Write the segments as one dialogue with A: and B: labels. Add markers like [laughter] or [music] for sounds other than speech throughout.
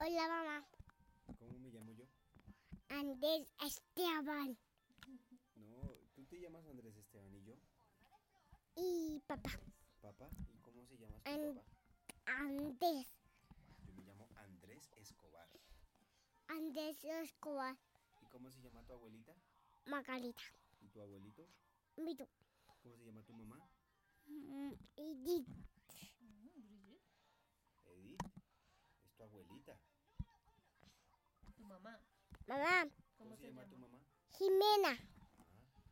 A: Hola mamá,
B: ¿Cómo me llamo yo?
A: Andrés Esteban
B: No, tú te llamas Andrés Esteban y yo,
A: y papá.
B: papá. ¿Y cómo se llamas tu
A: And-
B: papá?
A: Andrés,
B: Yo me llamo Andrés Escobar.
A: Andrés Escobar,
B: ¿Y cómo se llama tu abuelita?
A: Margarita,
B: ¿Y tu abuelito?
A: Mitu
B: ¿Cómo se llama tu mamá?
A: mm, y Di.
B: Edith. Es tu abuelita.
C: Tu mamá.
A: Mamá,
B: ¿Cómo, se, llama, tu mamá?
A: Jimena,
B: Ah,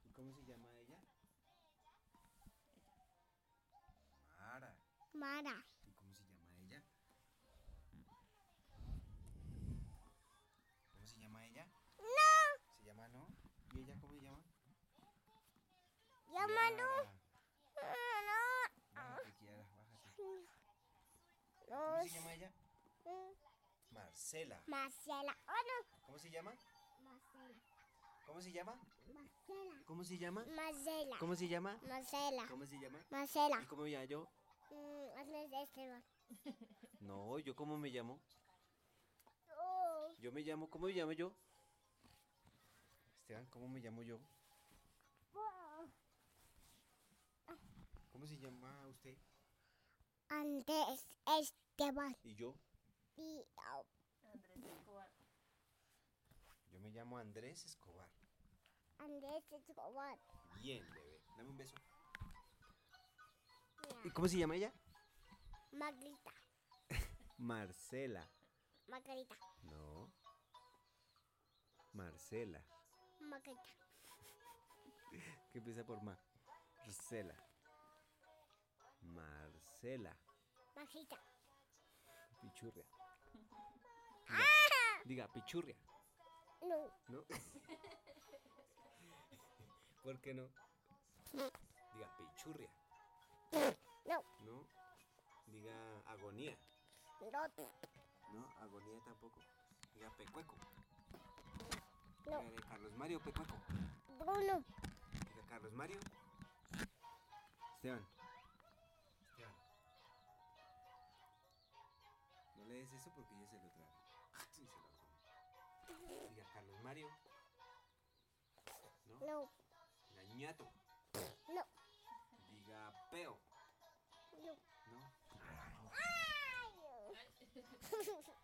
B: ¿Y cómo se llama ella? Mara.
A: Mara,
B: ¿Y cómo se llama ella? ¿Cómo se llama ella? No. ¿Se llama no? ¿Y ella cómo se llama?
A: llámalo.
B: Kiara.
A: No,
B: Bájate, Kiara, bájate. ¿Cómo
A: no,
B: se llama ella?
A: no.
B: Marcela.
A: Marcela, oh
B: ¿Cómo se llama?
A: no, Marcela,
B: ¿Cómo se llama?
A: Marcela,
B: ¿Cómo se llama?
A: Marcela,
B: ¿Cómo se llama?
A: Marcela,
B: ¿Cómo se llama? ¿Y
A: Marcela,
B: cómo me llamo yo?
A: mm, Andrés Esteban.
B: No, ¿yo cómo me llamo?
A: Oh,
B: Yo me llamo, ¿cómo me llamo yo? Esteban, ¿cómo me llamo yo?
A: oh.
B: ¿Cómo se llama usted?
A: Andrés Esteban
B: ¿Y yo?
A: y oh,
C: Andrés Escobar.
B: Yo me llamo Andrés Escobar.
A: Andrés Escobar.
B: Bien, bebé. Dame un beso.
A: Mira,
B: ¿Y cómo se llama ella?
A: Margarita,
B: Marcela.
A: Margarita,
B: No. Marcela.
A: Margarita.
B: que empieza por Ma. Marcela. Marcela.
A: Majita.
B: Pichurria. Diga, pichurria.
A: No,
B: ¿No? ¿Por qué no? Diga, pichurria.
A: no,
B: ¿No? Diga, agonía.
A: no,
B: ¿No? Agonía tampoco. Diga, pecueco.
A: no.
B: Diga, Carlos Mario, pecueco.
A: Bruno,
B: Diga, Carlos Mario. Esteban. Esteban. No le des eso porque yo se lo trago. [laughs] Sí, se lo como. Diga, Carlos Mario. ¿No?
A: no,
B: Diga, ñato.
A: no,
B: Diga, peo.
A: no.
B: ¿No?
A: Ay.